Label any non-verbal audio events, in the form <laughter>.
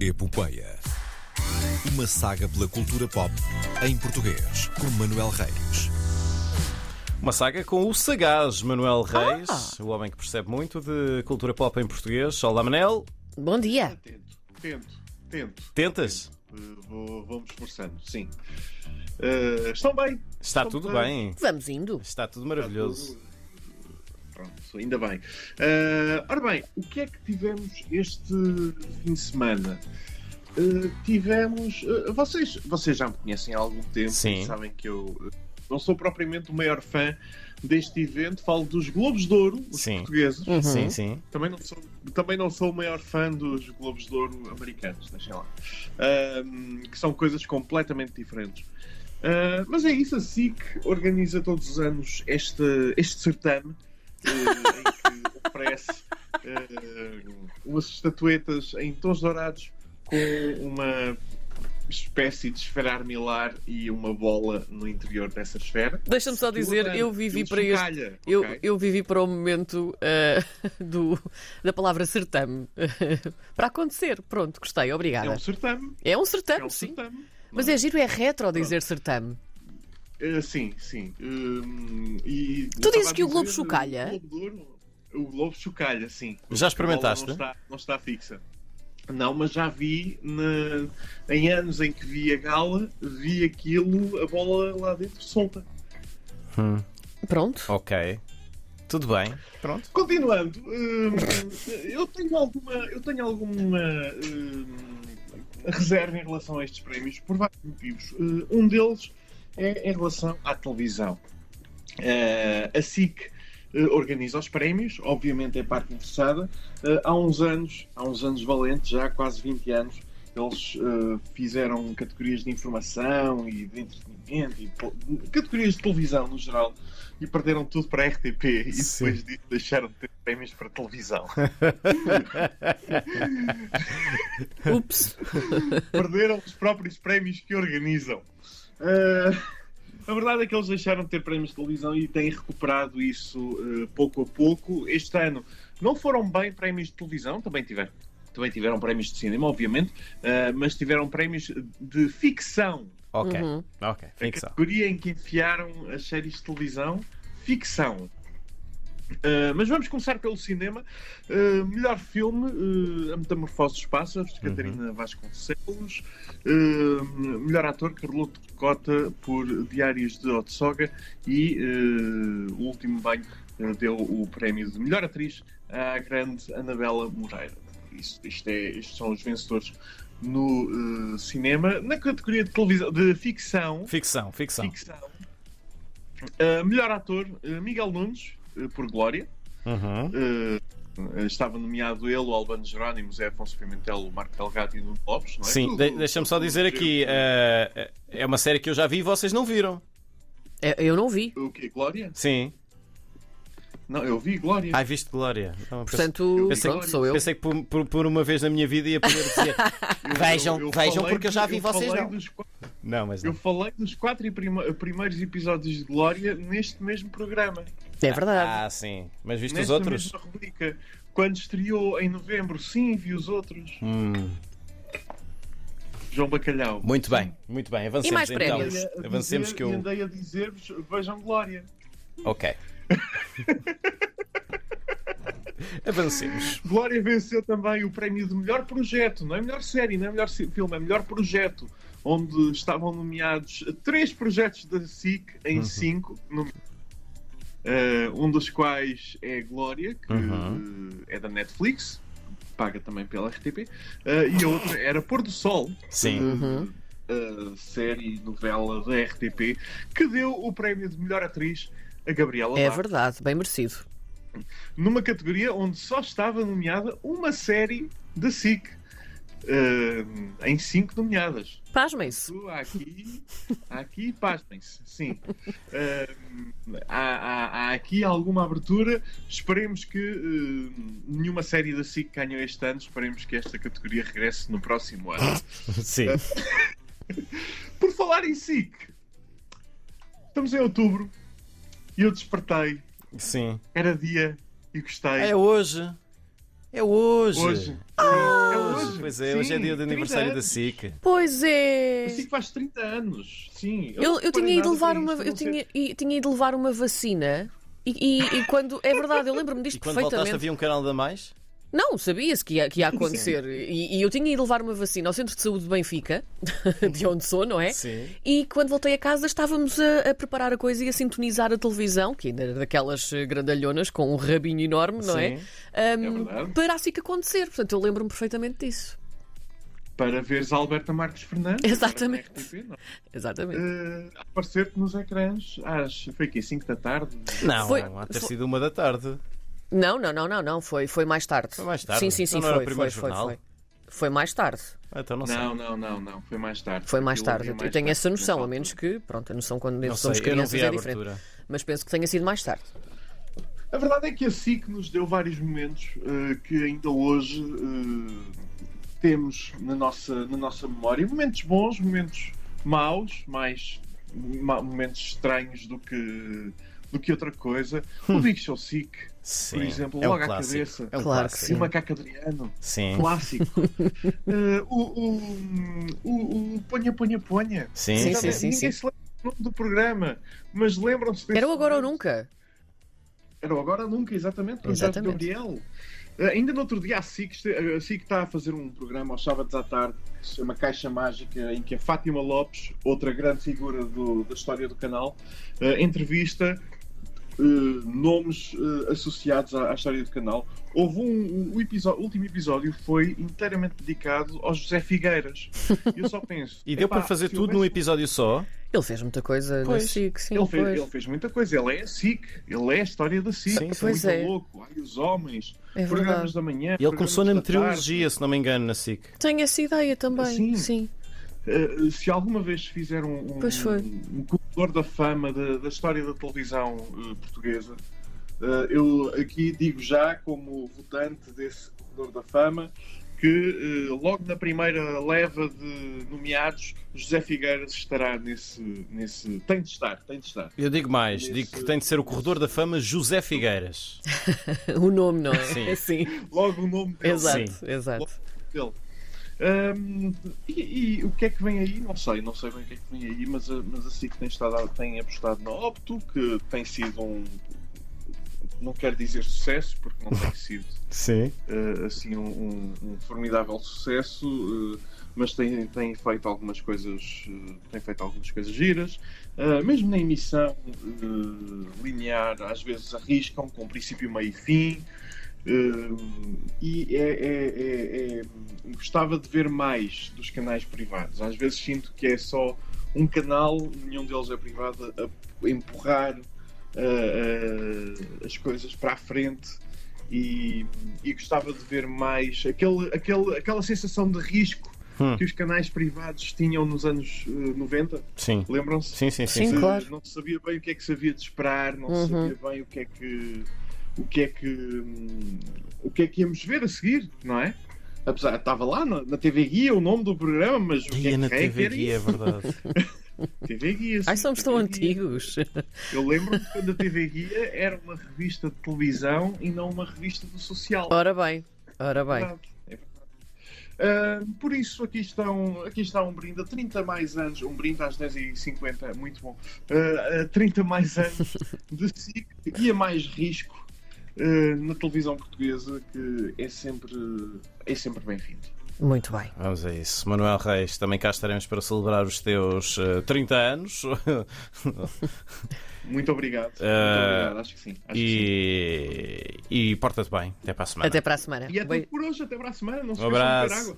Epopeia. Uma saga pela cultura pop em português, com Manuel Reis. Uma saga com o sagaz Manuel Ah! Reis, o homem que percebe muito de cultura pop em português. Olá, Manel. Bom dia. Tento, tento, tento. Tentas? Uh, Vou, vou-me esforçando, sim. Uh, estão bem? Está Estão tudo bem. Vamos indo. Está tudo maravilhoso. eh, Pronto, ainda bem. Uh, ora bem, o que é que tivemos este fim de semana? Uh, tivemos. uh, vocês, vocês já me conhecem há algum tempo Sim. e sabem que eu uh, não sou propriamente o maior fã deste evento. Falo dos Globos de Ouro, os Sim. portugueses. Uhum. Sim, sim. Também não, sou, também não sou o maior fã dos Globos de Ouro americanos, deixem lá. Ahm, que são coisas completamente diferentes. Ah, mas é isso, a SIC organiza todos os anos este, este certame eh, em que oferece eh, umas estatuetas em tons dourados com uma espécie de esfera armilar e uma bola no interior dessa esfera. Deixa-me só dizer, eu vivi um para este. este. Eu, eu vivi para o momento eh, <laughs> do, da palavra certame. eh, para acontecer. Pronto, gostei, É obrigada. um certame. É um É certame, um sim. certame. Mas é giro, é retro dizer certame. Uh, sim, sim. Um, e Tu dizes estava a que o Globo dizer, chocalha? O Globo, de Ouro- o Globo chocalha, sim. Já Porque a bola experimentaste? Não está, não está fixa. Não, mas já vi na- em anos em que vi a gala, vi aquilo, a bola lá dentro solta. Hum, Pronto. ok. Tudo bem. Pronto. Continuando, hum, eu tenho alguma, eu tenho alguma hum, reserva em relação a estes prémios por vários motivos. Uh, um deles é em relação à televisão. Eh, a SIC eh, organiza os prémios, obviamente é parte interessada. Eh, há uns anos, há uns anos valentes, já há quase 20 anos, eles eh, fizeram categorias de informação e de entretenimento e po- categorias de televisão no geral e perderam tudo para a RTP e Sim. depois disso deixaram de ter prémios para televisão. <laughs> <laughs> Ups. perderam os próprios prémios que organizam. Ah, a verdade é que eles deixaram de ter prémios de televisão e têm recuperado isso ah, pouco a pouco. Este ano não foram bem prémios de televisão, também tiveram. Também tiveram prémios de cinema, obviamente, ah, mas tiveram prémios de ficção. Ok. Uhum. Ok. A Ficção. É categoria em que enfiaram as séries de televisão, ficção. Ah, mas vamos começar pelo cinema. Ah, melhor filme: ah, A Metamorfose dos Pássaros, de Catarina Vasconcelos. Ah, melhor ator: Carloto Cota, por Diários de Otsoga. E ah, o último banho ah, deu o prémio de melhor atriz à grande Anabela Moreira. Isso, isto é, estes são os vencedores no ah, cinema. Na categoria de, televisão, de ficção, Ficção, ficção. ficção. Uh, melhor ator, uh, Miguel Nunes, uh, por Glória. Uhum. Uh, uh, estava nomeado ele, o Albano Jerónimo, Zé Afonso Pimentel, o Marco Delgado e o Nuno Lopes, não é? Sim, de- deixa-me só dizer aqui: eh, é uma série que eu já vi e vocês não viram. É, Eu não vi. O quê? Glória? Sim. Não, eu vi Glória. Ai, viste Glória. Não, pensei- Portanto, pensei- pronto, sou eu. Pensei que por, por- por uma vez na minha vida ia poder <laughs> dizer. Eu- vejam, vejam, falei porque eu já de- vi vocês falei não. dos qua- Não, mas eu não. falei dos quatro e prima- primeiros episódios de Glória neste mesmo programa. É verdade. Ah, sim. Mas viste os nesta outros? mesma rubrica. Quando estreou em novembro, sim, vi os outros. Hum, João Bacalhau. muito bem, muito bem. Avancemos E mais então. prémios? Andei a dizer- Avancemos que eu. Andei a dizer-vos, vejam Glória. <laughs> Ok. Avancemos. Glória venceu também o prémio de melhor projeto, não é melhor série, não é melhor ci- filme, é melhor projeto, onde estavam nomeados três projetos da SIC em Uhum. cinco, nome- Eh, um dos quais é Glória, que Uhum. eh, é da Netflix, paga também pela RTP, eh, e a outra era Pôr do Sol, Sim. Uhum. eh, série, novela da RTP, que deu o prémio de melhor atriz a Gabriela É Bá verdade, bem merecido. numa categoria onde só estava nomeada uma série da SIC. eh, em cinco nomeadas. Pasmem-se. Tu, há Aqui, há aqui pasmem-se, sim. Eh, há, há- há aqui alguma abertura. Esperemos que eh, nenhuma série da SIC ganhou este ano. Esperemos que esta categoria regresse no próximo ano. Sim. Por falar em SIC, estamos em outubro e eu despertei. Sim. Era dia e gostei. É hoje. É hoje. Hoje. É hoje. Pois é, hoje é Sim, dia de 30 aniversário da anos. SIC. Pois é. A SIC faz 30 anos. Sim. Eu, não eu reparei tinha ido nada levar para uma, isto, a eu não ser- tinha, e- tinha ido levar uma vacina e, e- e quando é verdade, eu lembro-me disto E quando voltaste perfeitamente. havia um canal da mais? Não, sabia-se que ia, que ia acontecer. E, e eu tinha ido levar uma vacina ao Centro de Saúde de Benfica, <laughs> de onde sou, não é? Sim. E quando voltei a casa estávamos a, a preparar a coisa e a sintonizar a televisão, que ainda era daquelas eh, grandalhonas com um rabinho enorme, não é? Sim. Ahm, É verdade. para assim que acontecer. Portanto, eu lembro-me perfeitamente disso. Para veres Alberta Marques Fernandes. Exatamente. agora na RTP, não é? Exatamente. Eh, Aparecer-te nos ecrãs às. Foi aqui, 5 da tarde. Não, Foi- há de ter foi- sido uma da tarde. Não, não, não, não, não. Foi, foi mais tarde. Foi mais tarde? Sim, sim, sim. Então não era foi, o primeiro foi, foi, jornal? foi. Foi mais tarde. Ah, Então não, sei. Não, não, não, não. Foi mais tarde. Foi mais Aquilo tarde. é Eu mais tenho tarde, essa noção, nessa a menos que, pronto, a noção quando Não somos sei, eu não crianças vi a é diferente. abertura. Mas penso que tenha sido mais tarde. A verdade é que a SIC nos deu vários momentos eh, que ainda hoje eh, temos na nossa, na nossa memória. Momentos bons, momentos maus, mais ma- momentos estranhos do que, do que outra coisa. O Big Show SIC, Hum. Sim, por exemplo, é um logo à clássico. cabeça. É um Claro que clássico. E o Macaco Adriano, Sim. clássico. <laughs> Eh, o, o, o, o Ponha, Ponha, Ponha. Sim, Sim, sim, Já sim, nem- sim. Ninguém se lembra do nome do programa, mas lembram-se desse Era o agora ou momento. nunca? Era o Agora ou Nunca, exatamente, com o Jorge Exatamente. Gabriel. Eh, ainda no outro dia, a SIC, este- a SIC está a fazer um programa aos sábados à tarde que se chama Caixa Mágica, em que a Fátima Lopes, outra grande figura do- da história do canal, eh, entrevista eh, nomes eh, associados à, à história do canal. Houve um, um episódio, o último episódio foi inteiramente dedicado ao José Figueiras. E eu só penso. E deu "Epá, para fazer se tudo houvesse num episódio só? Ele fez muita coisa na Pois. SIC, sim. ele, fez, pois. ele fez muita coisa, ele é a SIC, ele é a história da SIC, Sim, é pois muito é. louco, ai os homens, É programas verdade. da manhã. E ele começou na programas da meteorologia, se não me engano, na SIC. Tenho essa ideia também. Sim. Sim. tarde. Uh, se alguma vez fizer um, um, Pois foi. um corredor da fama da, da história da televisão uh, portuguesa, uh, eu aqui digo já, como votante desse corredor da fama, que uh, logo na primeira leva de nomeados, José Figueiras estará nesse, nesse. Tem de estar, tem de estar. Eu digo mais, digo Esse- que tem de ser o corredor da fama José Figueiras. O nome, não é? Sim. sim. Logo o nome <laughs> dele. Exato, exato. dele. Hum, e, e o que é que vem aí? Não sei, não sei bem o que é que vem aí, mas a, mas a SIC tem, estado, a- tem apostado na Opto, que tem sido um. Não quero dizer sucesso, porque não tem sido Sim. eh, assim um, um- um formidável sucesso, eh, mas tem, tem feito algumas coisas, eh, tem feito algumas coisas giras. Eh, mesmo na emissão eh, linear, às vezes arriscam com princípio, meio e fim. Eh, e é, é- é- é- gostava de ver mais dos canais privados. Às vezes sinto que é só um canal, nenhum deles é privado, a empurrar eh, eh, as coisas para a frente e, e gostava de ver mais aquele, aquele, aquela sensação de risco Hum. que os canais privados tinham nos anos eh, 90, Sim. lembram-se? Sim, sim, sim. Sim. Se- claro. Não se sabia bem o que é que se havia de esperar, não Uhum. se sabia bem o que é que o que é que hum, o que é que íamos ver a seguir, não é? Apesar, estava lá na, na TV Guia o nome do programa, mas o que Ia é que na é que TV era Guia, é isso? verdade. <laughs> TV Guia. Ai, sim, somos TV tão Guia. antigos. Eu lembro-me quando a TV Guia era uma revista de televisão e não uma revista do social. Ora bem, ora É bem. verdade, é verdade. Ahm, por isso, aqui, estão, aqui está um brinde a 30 mais anos, um brinde às 10h50, muito bom. Ah, a 30 mais anos de SIC e a mais risco ah, na televisão portuguesa, que é sempre, é sempre bem-vindo. Muito bem. Vamos a isso. Manuel Reis, também cá estaremos para celebrar os teus eh, 30 anos. <laughs> Muito obrigado. Muito Ah, obrigado, acho que sim. acho que sim. e e porta-te bem. Até para a semana. Até para a semana. E é Bem- tudo por hoje, até para a semana. Não se Um esqueçam de beber abraço. água.